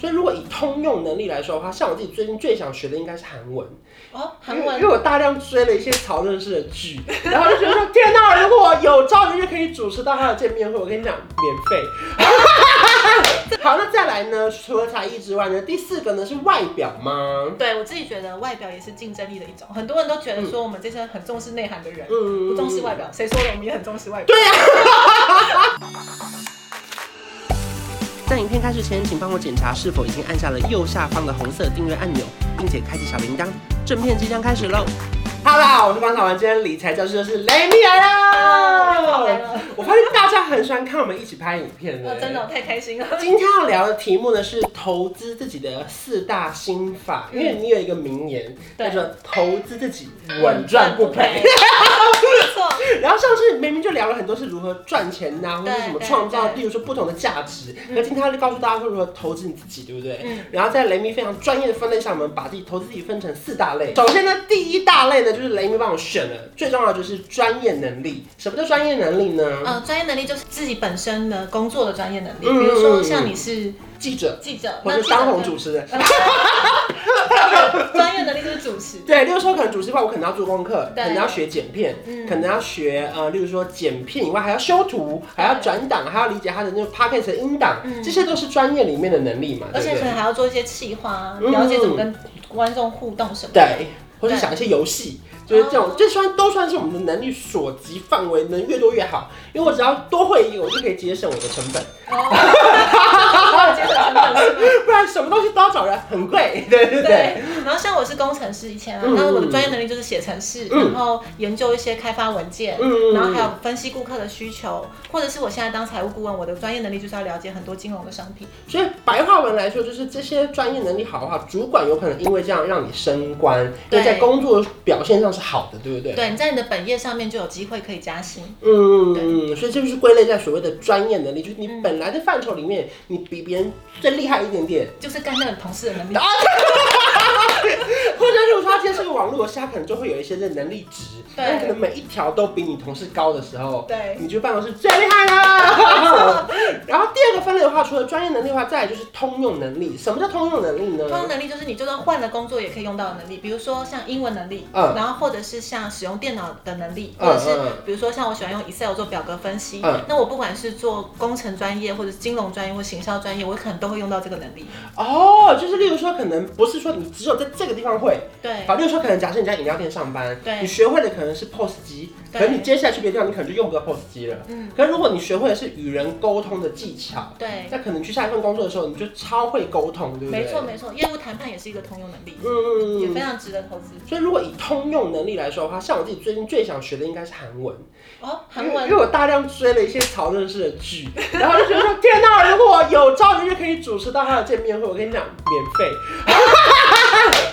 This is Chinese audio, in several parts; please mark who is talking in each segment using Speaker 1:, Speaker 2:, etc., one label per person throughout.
Speaker 1: 所以如果以通用能力来说的话，像我自己最近最想学的应该是韩文，
Speaker 2: 哦，
Speaker 1: 因
Speaker 2: 韩
Speaker 1: 为因
Speaker 2: 文
Speaker 1: 为我大量追了一些曹正式的剧， 然后就觉得说天哪，如果我有朝一日可以主持到他的见面会，我跟你讲免费。 好，那再来呢？除了才艺之外呢，第四个呢是外表吗？
Speaker 2: 对我自己觉得外表也是竞争力的一种，很多人都觉得说我们这些很重视内涵的人，
Speaker 1: 嗯，
Speaker 2: 不重视外表，谁说的？我们也很重视外表。
Speaker 1: 在影片开始前，请帮我检查是否已经按下了右下方的红色订阅按钮，并且开启小铃铛。正片即将开始喽！Hello，我是方小丸，今天理财教室就是雷米来
Speaker 2: 好来
Speaker 1: 啦！
Speaker 2: 了，
Speaker 1: 我发现大家很喜欢看我们一起拍影片
Speaker 2: 我哦真的。太开心了。
Speaker 1: 今天要聊的题目呢是投资自己的四大心法，因为你有一个名言
Speaker 2: 嗯对
Speaker 1: 叫做“投资自己稳赚不赔”，
Speaker 2: 没错，
Speaker 1: 然后上次明明就聊了很多是如何赚钱呐、或
Speaker 2: 对
Speaker 1: 者是什么
Speaker 2: 对
Speaker 1: 创造，
Speaker 2: 对
Speaker 1: 例如说不同的价值。那
Speaker 2: 嗯
Speaker 1: 今天他就告诉大家说如何投资你自己，对不对？
Speaker 2: 嗯
Speaker 1: 然后在雷米非常专业的分类上，我们把自己投资自己分成四大类。首先呢，第一大类呢就是雷米帮我选了，最重要的就是专业能力。什么叫专业能力呢？
Speaker 2: 呃，专业能力就是自己本身的工作的专业能力，
Speaker 1: 嗯
Speaker 2: 比如说像你是
Speaker 1: 记者
Speaker 2: 记者，
Speaker 1: 或者是当红主持人。
Speaker 2: 专业能力就是主持，
Speaker 1: 对，例如说可能主持的话，我可能要做功课，可
Speaker 2: 对
Speaker 1: 能要学剪片，
Speaker 2: 嗯
Speaker 1: 可能要学呃，例如说剪片以外，还要修图，还要转档，还要理解它的那个 p o c k e t 的音档，
Speaker 2: 嗯
Speaker 1: 这些都是专业里面的能力嘛，
Speaker 2: 而
Speaker 1: 对
Speaker 2: 且
Speaker 1: 不
Speaker 2: 可
Speaker 1: 对
Speaker 2: 能？还要做一些企划，啊
Speaker 1: 嗯
Speaker 2: 了解怎么跟观众互动什么的。
Speaker 1: 对，或是想一些游戏，就是这种
Speaker 2: 哦，
Speaker 1: 这算都算是我们的能力所及范围，能越多越好，因为我只要多会一个，我就可以节省我的成 本，
Speaker 2: 哦，了解成本是吗
Speaker 1: 不然什么东西都要找人，很贵， 对对对。
Speaker 2: 对，然后像我是工程师以前啊，
Speaker 1: 嗯
Speaker 2: 那我的专业能力就是写程式，
Speaker 1: 嗯
Speaker 2: 然后研究一些开发文件，
Speaker 1: 嗯
Speaker 2: 然后还有分析顾客的需求，或者是我现在当财务顾问，我的专业能力就是要了解很多金融的商品。
Speaker 1: 所以白话文来说，就是这些专业能力好的话，主管有可能因为这样让你升官，因
Speaker 2: 对
Speaker 1: 为在工作表现上是好的，对不对？
Speaker 2: 对，你在你的本业上面就有机会可以加薪。
Speaker 1: 嗯嗯嗯，所以这就是归类在所谓的专业能力，就是你本来的范畴里面，你比别人最厉害一点 点，
Speaker 2: 就是干掉你同事的能力。
Speaker 1: 啊或者是我说他今天是个网络游戏，他可能就会有一些这能力值，
Speaker 2: 对
Speaker 1: 但可能每一条都比你同事高的时候，
Speaker 2: 对
Speaker 1: 你就办公室最厉害 了。然后第二个分类的话，除了专业能力的话，再来就是通用能力。什么叫通用能力呢？
Speaker 2: 通用能力就是你就算换了工作也可以用到的能力，比如说像英文能力，
Speaker 1: 嗯
Speaker 2: 然后或者是像使用电脑的能力，
Speaker 1: 嗯
Speaker 2: 或者是
Speaker 1: 嗯
Speaker 2: 比如说像我喜欢用 Excel 做表格分析，
Speaker 1: 嗯
Speaker 2: 那我不管是做工程专业或者是金融专业或行销专业，我可能都会用到这个能力。
Speaker 1: 哦，就是例如说，可能不是说你只有在这个地方会，
Speaker 2: 对
Speaker 1: 好，例如说，可能假设你在饮料店上班，
Speaker 2: 对
Speaker 1: 你学会的可能是 POS 机，可
Speaker 2: 对
Speaker 1: 能你接下来去别的地方，你可能就用不到 POS 机了。
Speaker 2: 嗯，
Speaker 1: 可如果你学会的是与人沟通的技巧，
Speaker 2: 对，
Speaker 1: 那可能去下一份工作的时候，你就超会沟通，对不对？
Speaker 2: 没错没错，业务谈判也是一个通用能力，也
Speaker 1: 嗯嗯
Speaker 2: 非
Speaker 1: 嗯。
Speaker 2: 常值得投资。
Speaker 1: 所以，如果以通用能力来说的话，像我自己最近最想学的应该是韩文，
Speaker 2: 哦，韩
Speaker 1: 因为因
Speaker 2: 文
Speaker 1: 为我大量追了一些曹正式的剧， 然后就觉得说，天哪，如果我有朝一日可以主持到他的见面会，我跟你讲，免费。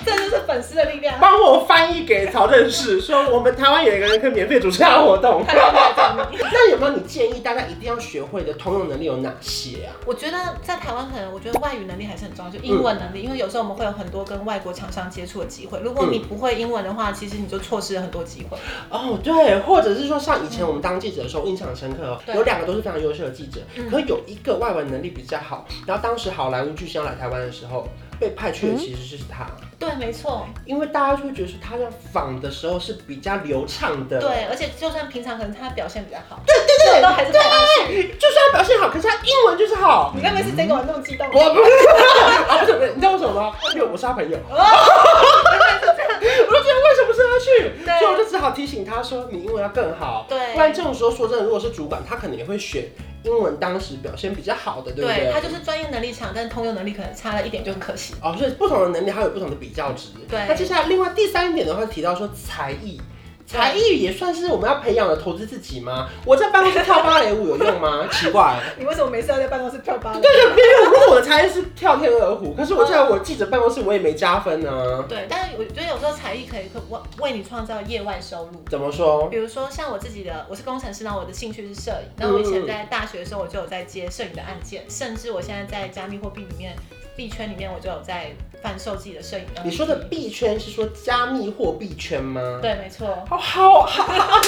Speaker 2: 这就是粉丝的力量。
Speaker 1: 帮我翻译给曹正式，说我们台湾有一个人可以免费主持他的活动。
Speaker 2: 太厉害了你
Speaker 1: 那有没有你建议大家一定要学会的通用能力有哪些啊？
Speaker 2: 我觉得在台湾可能，我觉得外语能力还是很重要，就英文
Speaker 1: 嗯
Speaker 2: 能力，因为有时候我们会有很多跟外国厂商接触的机会。如果你不会英文的话，其实你就错失了很多机会。
Speaker 1: 哦，对，或者是说像以前我们当记者的时候，印象很深刻哦，
Speaker 2: 对
Speaker 1: 有两个都是非常优秀的记者，
Speaker 2: 嗯
Speaker 1: 可有一个外文能力比较好，然后当时好莱坞巨星要来台湾的时候，被派
Speaker 2: 嗯
Speaker 1: 去的其实是他。
Speaker 2: 对，没错，
Speaker 1: 因为大家就会觉得说他在访的时候是比较流畅的，
Speaker 2: 对，而且就算平常可能他表现比较好，对对对，都还是对。
Speaker 1: 对，就算他表现好，可是他英文就是好。
Speaker 2: 你该没事谁给我那么激动？
Speaker 1: 我不是，啊不是不是，你知道为什么吗？因为我是他朋友。
Speaker 2: 哦
Speaker 1: 我就觉得为什么是他去，
Speaker 2: 对
Speaker 1: 所以我就只好提醒他说你英文要更好，
Speaker 2: 对
Speaker 1: 不然这种时候说真的，如果是主管，他可能也会选英文当时表现比较好的，对不对？
Speaker 2: 他就是专业能力强，但是通用能力可能差了一点，就很可惜。
Speaker 1: 哦，所以不同的能力它有不同的比较值。
Speaker 2: 对
Speaker 1: 那接下来另外第三点的话，提到说才艺。才艺也算是我们要培养的投资自己吗？我在办公室跳芭蕾舞有用吗？奇怪。
Speaker 2: 你为什么没事要在办公室跳芭蕾？
Speaker 1: 对对，因为如果我的才艺是跳天鹅湖，可是我在我记者办公室我也没加分啊。
Speaker 2: 对，但是我觉得有时候才艺可以可为为你创造业外收入。
Speaker 1: 怎么说？
Speaker 2: 比如说像我自己的，我是工程师，然后我的兴趣是摄影。那我以前在大学的时候，我就有在接摄影的案件，甚至我现在在加密货币里面币圈里面，我就有在贩售自己的摄影。
Speaker 1: 你说的？币圈是说加密货币圈吗？
Speaker 2: 对，没错。
Speaker 1: 好好好，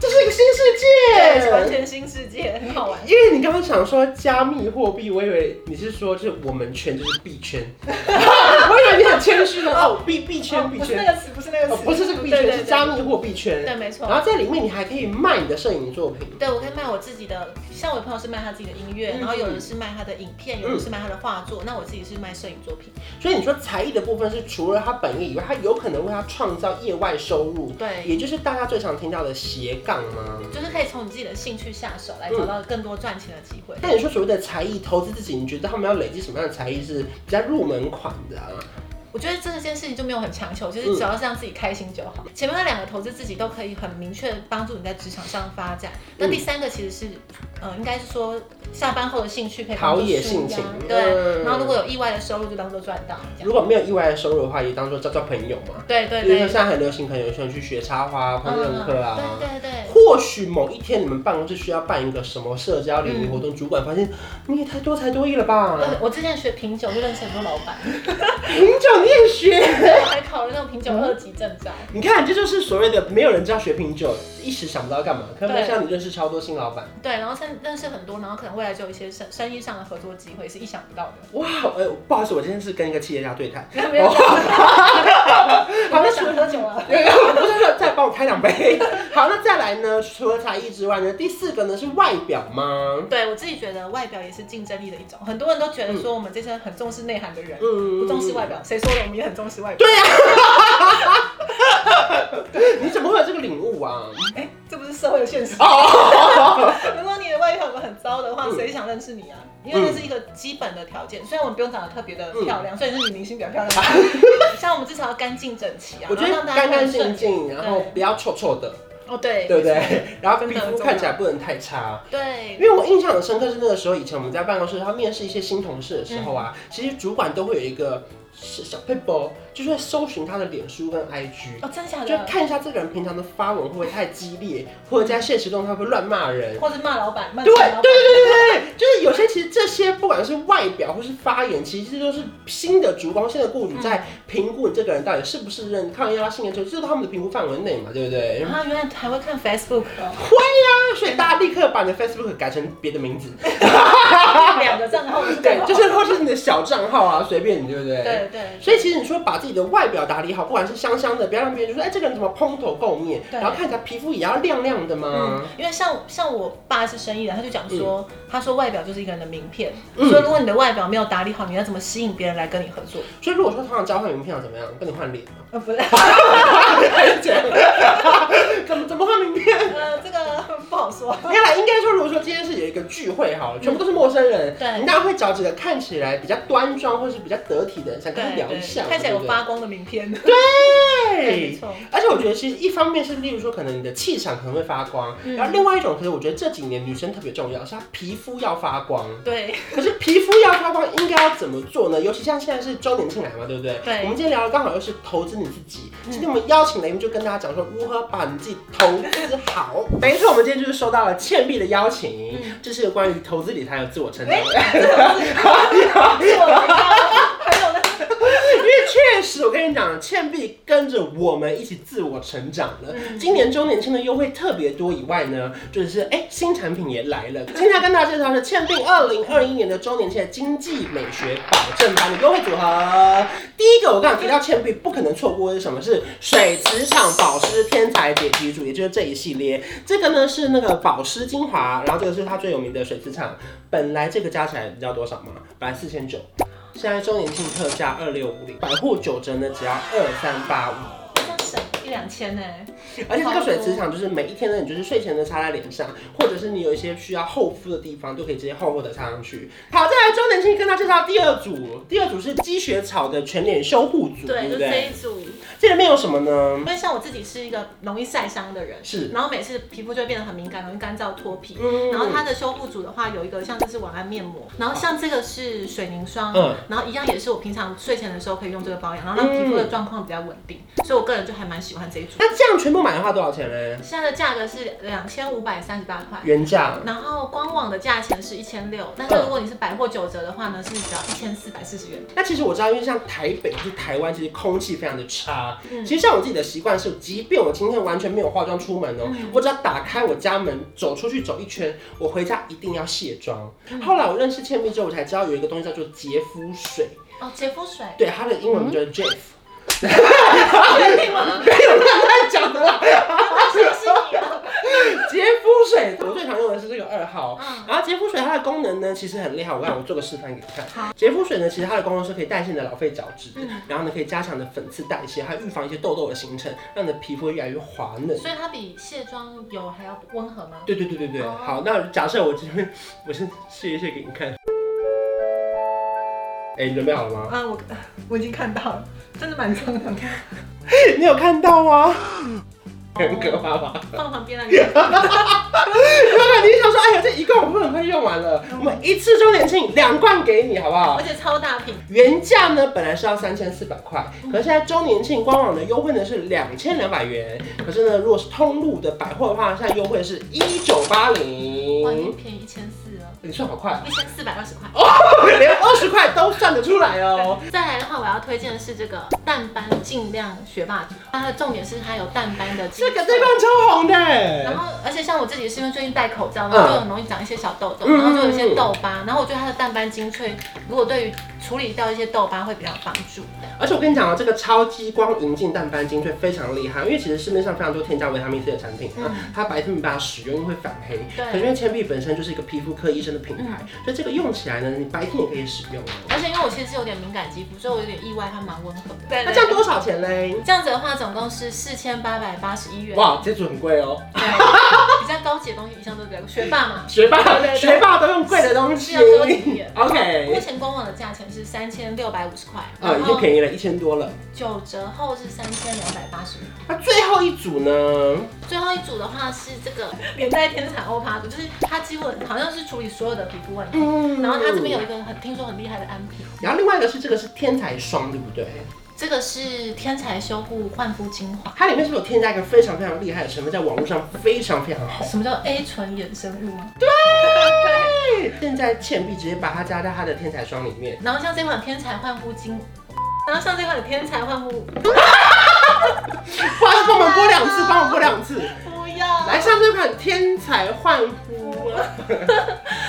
Speaker 1: 这是是一个新世
Speaker 2: 对，完
Speaker 1: 界。
Speaker 2: 全新世界，很好玩。
Speaker 1: 因为你刚刚想说加密货币，我以为你是说就是我们圈就是币圈， 我以为你很谦虚的哦，币币
Speaker 2: 哦
Speaker 1: 圈币
Speaker 2: 不是
Speaker 1: 圈
Speaker 2: 那，个词，不是那个
Speaker 1: 哦
Speaker 2: 词，
Speaker 1: 不是这个币
Speaker 2: 对
Speaker 1: 圈
Speaker 2: 对
Speaker 1: 是
Speaker 2: 对
Speaker 1: 加密货币圈，
Speaker 2: 对，没错。
Speaker 1: 然后在里面你还可以卖你的摄影作品，
Speaker 2: 对，我可以卖我自己的，像我有朋友是卖他自己的音乐，
Speaker 1: 嗯
Speaker 2: 然后有人是卖他的影片，有人是卖他的画作，那我自己是卖摄影作品。
Speaker 1: 所以你说才艺的部分是除了他本业以外，他有可能为他创造业外收入，
Speaker 2: 对，
Speaker 1: 也就是大家最常听到的斜杠吗？
Speaker 2: 就是可以从你自己的兴趣下手来找到更多赚钱的机会。
Speaker 1: 那你说所谓的才艺投资自己，你觉得他们要累积什么样的才艺是比较入门款的啊？
Speaker 2: 我觉得这件事情就没有很强求，就是
Speaker 1: 嗯
Speaker 2: 只要是让自己开心就好。前面那两个投资自己都可以很明确地帮助你在职场上发展，那
Speaker 1: 嗯
Speaker 2: 第三个其实是，呃，应该是说下班后的兴趣可以帮
Speaker 1: 陶
Speaker 2: 助
Speaker 1: 冶
Speaker 2: 舒
Speaker 1: 性
Speaker 2: 压
Speaker 1: 情
Speaker 2: 对。
Speaker 1: 嗯
Speaker 2: 然后如果有意外的收入，就当做赚到这样。
Speaker 1: 如果没有意外的收入的话，也当做交交朋友嘛。
Speaker 2: 对对
Speaker 1: 比如说
Speaker 2: 对，嗯
Speaker 1: 现在很流行，可能有些人去学插花、烹饪课啊。
Speaker 2: 对对对。
Speaker 1: 或许某一天你们办公室需要办一个什么社交联谊活
Speaker 2: 嗯
Speaker 1: 动，主管发现你也太多才多艺了 吧？
Speaker 2: 呃我之前学品酒就认识很多老 板，
Speaker 1: 品酒你也学？
Speaker 2: 我还考了那种品酒二级证照。
Speaker 1: 你看，这就是所谓的没有人知道学品酒，一时想不到干嘛。可没
Speaker 2: 对
Speaker 1: 像你认识超多新老板，
Speaker 2: 对，然后认认识很多，然后可能未来就有一些生生意上的合作机会是意想不 到的。
Speaker 1: 哇，呃，不好意思，我今天是跟一个企业家对 谈，
Speaker 2: 没有，好像想喝酒啊。
Speaker 1: 没有没有不是说再帮我开两杯。 好，那再来呢？除了才艺之外呢，第四个呢是外表 吗？
Speaker 2: 对我自己觉得外表也是竞争力的一种，很多人都觉得说我们这些很重视内涵的人，
Speaker 1: 嗯
Speaker 2: 不重视外。表。谁说的？我们也很重视外表。
Speaker 1: 对呀、你怎么会有这个领悟啊？
Speaker 2: 哎，这不是社会的现实。
Speaker 1: 哦，
Speaker 2: 如果你的外表很糟的话，
Speaker 1: 嗯
Speaker 2: 谁想认识你啊？因为那是一个基本的条件。虽然我们不用长得特别的
Speaker 1: 嗯
Speaker 2: 漂亮，所以是女明星比较 漂亮吧。像我们至少要干净整齐 啊，
Speaker 1: 我觉
Speaker 2: 然后
Speaker 1: 得
Speaker 2: 让大家
Speaker 1: 干干净
Speaker 2: 看顺眼。
Speaker 1: 净，然后不要臭臭的，
Speaker 2: 哦，对，
Speaker 1: 对不
Speaker 2: 没错？
Speaker 1: 对？然后皮
Speaker 2: 真的
Speaker 1: 肤
Speaker 2: 很重要
Speaker 1: 看起来不能太差。
Speaker 2: 对
Speaker 1: 因，为我印象很深刻是那个时候，以前我们在办公室，他面试一些新同事的时候啊，其实主管都会有一个小小 paper，就是会搜寻他的脸书跟 IG，
Speaker 2: 哦，真的假
Speaker 1: 就
Speaker 2: 的？
Speaker 1: 看一下这个人平常的发文会不会太激烈，或者在现实中他会不会乱骂人。
Speaker 2: 或者骂老板，骂
Speaker 1: 对
Speaker 2: 前
Speaker 1: 对
Speaker 2: 老板
Speaker 1: 对对对，就是有些其实这些不管是外表或是发言，其实都是新的主管、新的雇主在评估你这个人到底是不是认抗压信任，就是他们的评估范围内嘛，对不对？
Speaker 2: 啊，原来还会看 Facebook，哦
Speaker 1: 那所以大家立刻把你的 Facebook 改成别的名字，
Speaker 2: 两个账号是
Speaker 1: 对，就是或者是你的小账号啊，随便你，对不对？。
Speaker 2: 对对，
Speaker 1: 所以其实你说把自己的外表打理好，不管是香香的，不要让别人就说，哎、这个人怎么蓬头垢面，
Speaker 2: 对
Speaker 1: 然后看起来皮肤也要亮亮的嘛
Speaker 2: 嗯。，因为像像我爸是生意人，他就讲说，他说外表就是一个人的名片，
Speaker 1: 嗯
Speaker 2: 所以如果你的外表没有打理好，你要怎么吸引别人来跟你合作？
Speaker 1: 所以如果说通常交换名片要怎么样，跟你换 脸，
Speaker 2: 呃，不是，
Speaker 1: 这样怎么怎么换名片？
Speaker 2: 呃，这个 不好说。
Speaker 1: 没有啦，应该说，如果说今天是有一个聚会好了，全部都是陌生人，
Speaker 2: 对
Speaker 1: 你当然会找几个看起来比较端庄或是比较得体的人， 想跟他聊一下，
Speaker 2: 看起来
Speaker 1: 对
Speaker 2: 有嗯
Speaker 1: 不对
Speaker 2: 发光的名片。对，没
Speaker 1: 对。
Speaker 2: 错。
Speaker 1: 而且我觉得，其实一方面是，例如说，可能你的气场可能会发光，
Speaker 2: 嗯
Speaker 1: 然后另外一种，可是我觉得这几年女生特别重要，是她皮肤要发光。
Speaker 2: 对，
Speaker 1: 可是皮肤要发光应该要怎么做呢？尤其像现在是周年庆来嘛，对不对？
Speaker 2: 对
Speaker 1: 我们今天聊的刚好又是投资你自己，
Speaker 2: 嗯
Speaker 1: 今天我们邀请雷明就跟大家讲说如何把你自己投资 好。没错，我们今天就是收到了倩碧的邀请，
Speaker 2: 嗯
Speaker 1: 这是有关于投资理财的自我成长。
Speaker 2: 哎是我的还有呢，
Speaker 1: 因为确实，我跟你讲，倩碧跟着我们一起自我成长了。
Speaker 2: 嗯
Speaker 1: 今年周年庆的优惠特别多以外呢，就是哎、新产品也来了。今天要跟大家介绍的是倩碧二零二一年的周年庆的经济美学保证版的优惠组合。第一个，我刚刚提到倩碧不可能错过的是什么？是水磁场保湿天才解题组，也就是这一系列。这个呢是那个保湿精华，然后这个是它最有名的水磁场。本来这个加起来你知道多少吗？本来四千九。现在周年庆特价二六五零，百货九折呢只要二三八五，
Speaker 2: 好像省一两千呢。
Speaker 1: 而且这个水磁场就是每一天呢，你就是睡前呢擦在脸上，或者是你有一些需要厚敷的地方，都可以直接厚厚的擦上去。好，再来周年庆跟大家介绍第二组，第二组是积雪草的全脸修护组，对
Speaker 2: 对，
Speaker 1: 不
Speaker 2: 就
Speaker 1: 对？
Speaker 2: 这一组。
Speaker 1: 这里面有什么呢？
Speaker 2: 因为像我自己是一个容易晒伤的人，
Speaker 1: 是
Speaker 2: 然后每次皮肤就会变得很敏感，容易干燥脱皮。
Speaker 1: 嗯
Speaker 2: 然后它的修护组的话，有一个像这是晚安面膜，然后像这个是水凝霜，
Speaker 1: 嗯嗯
Speaker 2: 然后一样也是我平常睡前的时候可以用这个保养，然后让皮肤的状况比较稳定，所以我个人就还蛮喜欢这一组。
Speaker 1: 那这样全部买的话多少钱呢？
Speaker 2: 现在的价格是两千五百三十八块，
Speaker 1: 原价
Speaker 2: 然后官网的价钱是一千六，但是
Speaker 1: 嗯
Speaker 2: 如果你是百货九折的话呢，是只要一千四百四十元。
Speaker 1: 那其实我知道，因为像台北或是台湾，其实空气非常的差。
Speaker 2: 嗯
Speaker 1: 其实像我自己的习惯是，即便我今天完全没有化妆出门哦、
Speaker 2: 嗯
Speaker 1: 我只要打开我家门走出去走一圈，我回家一定要卸妆。
Speaker 2: 嗯
Speaker 1: 后来我认识倩碧之后，我才知道有一个东西叫做洁肤水，
Speaker 2: 哦，洁肤水，
Speaker 1: 对，它的英文名叫 Jeff。
Speaker 2: 确定吗？
Speaker 1: 没有乱乱讲的啦，
Speaker 2: 是不是你啊？
Speaker 1: 洁肤水我最常用的是这个二号。
Speaker 2: 嗯，
Speaker 1: 然后洁肤水它的功能呢，其实很厉害。我看我做个示范给你看。
Speaker 2: 好
Speaker 1: 洁肤水呢，其实它的功能是可以代谢你的老废角质，
Speaker 2: 嗯
Speaker 1: 然后呢可以加强你的粉刺代谢，还有预防一些痘痘的形成，让你的皮肤越来越滑嫩。
Speaker 2: 所以它比卸妆油还要温和吗？
Speaker 1: 对对对对对，
Speaker 2: 哦
Speaker 1: 好，那假设我这边，我先试一试给你看。哎，你准备好了 吗？
Speaker 2: 啊，我我已经看到了，真的蛮脏的，
Speaker 1: 你有看到吗？很可怕吧？
Speaker 2: 哦放旁边那个。
Speaker 1: 你就想说，哎呀，这一罐我们很快用完了，
Speaker 2: 嗯
Speaker 1: 我们一次周年庆两罐给你，好不好
Speaker 2: 而？且超大瓶，
Speaker 1: 原价呢本来是要三千四百块，可是现在周年庆官网的优惠呢是两千两百元，可是呢如果是通路的百货的话，现在优惠是一九八
Speaker 2: 哇，已经
Speaker 1: 零，
Speaker 2: 便宜一千四了，
Speaker 1: 你算好快，
Speaker 2: 一千四百二十块。
Speaker 1: 哦连二十块都算得出来哦。
Speaker 2: 再来的话，我要推荐的是这个淡斑净亮学霸体，它的重点是它有淡斑的基础。
Speaker 1: 这个这罐超红
Speaker 2: 然
Speaker 1: 的，
Speaker 2: 后，而且像我自己是因为最近戴口罩嘛，
Speaker 1: 嗯
Speaker 2: 就很容易长一些小痘痘，
Speaker 1: 嗯
Speaker 2: 然后就有一些痘疤。然后我觉得它的淡斑精粹，如果对于处理掉一些痘疤会比较有帮助。
Speaker 1: 而且我跟你讲哦，这个超激光银杏淡斑精粹非常厉害，因为其实市面上非常多添加维他命 C 的产品，
Speaker 2: 嗯
Speaker 1: 它白天没办法使用，因为会反黑。
Speaker 2: 对
Speaker 1: 可
Speaker 2: 嗯
Speaker 1: 是因为铅笔本身就是一个皮肤科医生的品牌，所以这个用起来呢，你白天也可以使用哦。
Speaker 2: 而且因为我其实是有点敏感肌肤，所以我有点意外，它蛮温和的。
Speaker 3: 对
Speaker 1: 那这样多少钱嘞？
Speaker 2: 这样子的话，总共是四千八百八十一元。
Speaker 1: 哇，这组很贵哦，
Speaker 2: 对，比较高级的东西，以上都比较学霸嘛。
Speaker 1: 学霸
Speaker 2: 对对对
Speaker 1: 学霸都用贵的东西
Speaker 2: 是要多几点。 目
Speaker 1: OK，
Speaker 2: 前官网的价钱是三千六百五十块，
Speaker 1: 啊，
Speaker 2: 然
Speaker 1: 已经
Speaker 2: 后
Speaker 1: 便宜了一千多了。
Speaker 2: 九折后是三千两百八十元。
Speaker 1: 那最后一组呢？
Speaker 2: 最后一组的话是这 个连带天蚕欧趴组，就是它几乎好像是处理所有的皮肤问题。
Speaker 1: 嗯
Speaker 2: 然后它这边有一，个很听说很厉害的安瓶，
Speaker 1: 然后另外一个是这个是天才霜，对不对？
Speaker 2: 这个是天才修护焕肤精华。
Speaker 1: 它里面是不是有添加一个非常非常厉害的成分，在网络上非常非常好。
Speaker 2: 什么叫 A 醇衍生物吗？
Speaker 1: 现在倩碧直接把它加在它的天才霜里 面，
Speaker 2: 然后像这款天才焕肤精，然后像这款的天才焕肤，
Speaker 1: 不好意思，帮我们播两次，帮我播两次。
Speaker 2: 不要
Speaker 1: 来，上这款天才焕肤，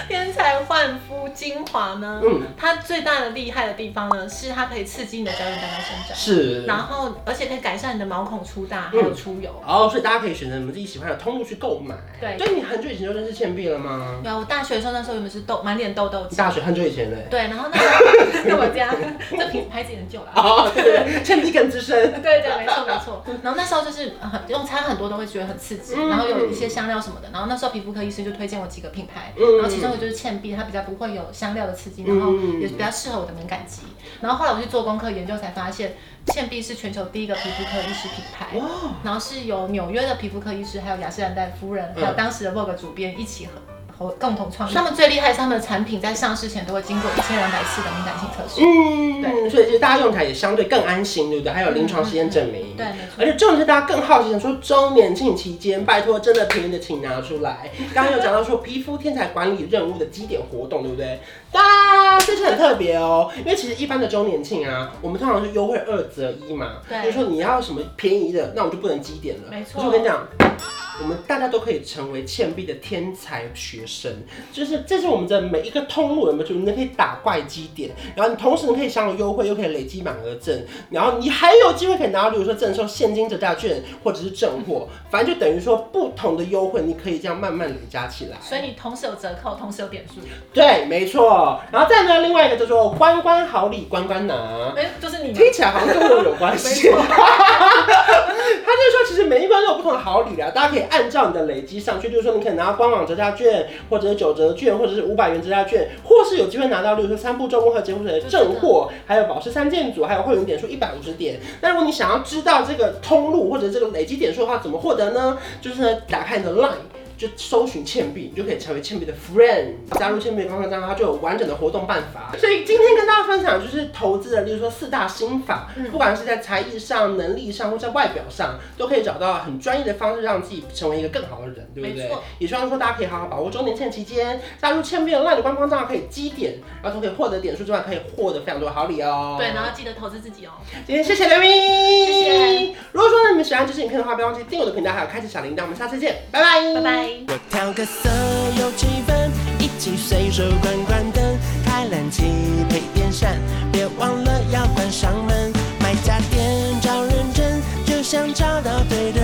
Speaker 2: 天才焕肤精华呢，
Speaker 1: 嗯，
Speaker 2: 它最大的厉害的地方呢，是它可以刺激你的胶原蛋白生长，
Speaker 1: 是。
Speaker 2: 然后而且可以改善你的毛孔粗大还有出油。
Speaker 1: 哦，所以大家可以选择你们自己喜欢的通路去购买。
Speaker 2: 对
Speaker 1: 所以你很久以前就认识倩碧了吗？
Speaker 2: 对啊，我大学的时候那时候原本是痘，满脸痘痘
Speaker 1: 你
Speaker 2: 肌。
Speaker 1: 大学很久以前嘞。
Speaker 2: 对，然后 那时候干嘛这样？这品牌子也很久了。
Speaker 1: 哦，对对对，倩碧更资深。
Speaker 2: 对对，没错没错。然后那时候就是呃很用餐很多都会觉得很刺激，
Speaker 1: 嗯
Speaker 2: 然后有一些香料什么的。然后那时候皮肤科医生就推荐我几个品牌，
Speaker 1: 嗯
Speaker 2: 然后其中一个就是倩碧，它比较不会有香料的刺激，
Speaker 1: 嗯
Speaker 2: 然后也比较适合我的敏感肌。然后后来我去做功课研究才发现，倩碧是全球第一个皮肤科医师品牌。
Speaker 1: 哇，
Speaker 2: 然后是由纽约的皮肤科医师，还有雅诗兰黛夫人，
Speaker 1: 嗯
Speaker 2: 还有当时的 Vogue 主编一起合合共同创立。他们最厉害是他们的产品在上市前都会经过一千两百次的敏感性测试。
Speaker 1: 嗯，
Speaker 2: 对
Speaker 1: 所以其实大家用起来也相对更安心，对不对？还有临床实验证明。
Speaker 2: 嗯对，没错
Speaker 1: 而。且重点是，大家更好奇，想说周年庆期间，拜托真的便宜的请拿出来。刚刚有讲到说皮肤天才管理任务的基点活动，对不对？当然这次很特别哦，因为其实一般的周年庆啊，我们通常是优惠二折一嘛。
Speaker 2: 对
Speaker 1: 就是说你要什么便宜的，那我们就不能基点了。
Speaker 2: 没错
Speaker 1: 可是我跟你讲。我们大家都可以成为倩碧的天才学生，就是这是我们的每一个通路，有没有？就你可以打怪基点，然后你同时你可以享有优惠，又可以累积满额赠，然后你还有机会可以拿到，比如说赠送现金折价券或者是正货，反正就等于说不同的优惠，你可以这样慢慢累加起来。
Speaker 2: 所以你同时有折扣，同时有点数，
Speaker 1: 对，没错。然后再呢，另外一个叫做关关好礼关关拿。
Speaker 2: 没就是你嘛。
Speaker 1: 听起来好像跟我有关系。
Speaker 2: 没错
Speaker 1: 他就是说，其实每一关都有不同的好礼啦，啊大家可以按照你的累积上去，就是说你可以拿到官网折价券，或者是九折券，或者是五百元折价券，或是有机会拿到，例如说三步骤综合结婚水的正货，还有保湿三件组，还有会员点数一百五十点。那如果你想要知道这个通路或者这个累积点数的话，怎么获得呢？就是呢，打开你的 LINE。就搜寻倩碧，你就可以成为倩碧的 friend，加入倩碧的官方账号，它就有完整的活动办法。所以今天跟大家分享的就是投资的，例如说四大心法，
Speaker 2: 嗯
Speaker 1: 不管是在才艺上、能力上，或在外表上，都可以找到很专业的方式，让自己成为一个更好的人，对不
Speaker 2: 没
Speaker 1: 对
Speaker 2: 错？
Speaker 1: 也希望说大家可以好好把握周年庆期间，加入倩碧的 LINE 的官方账号可以积点，然后可以获得点数之外，可以获得非常多的好礼哦。
Speaker 2: 对，然后记得投资自己哦。
Speaker 1: 今天谢谢刘明，
Speaker 2: 谢谢。
Speaker 1: 如果说呢你们喜欢这支影片的话，不要忘记订阅我的频道，还有开启小铃铛。我们下次见，拜拜，
Speaker 2: 拜。拜。
Speaker 3: 我调个色有气氛，一起随手关关灯，开冷气配电扇，别忘了要关上门。买家电找认真，就像找到对的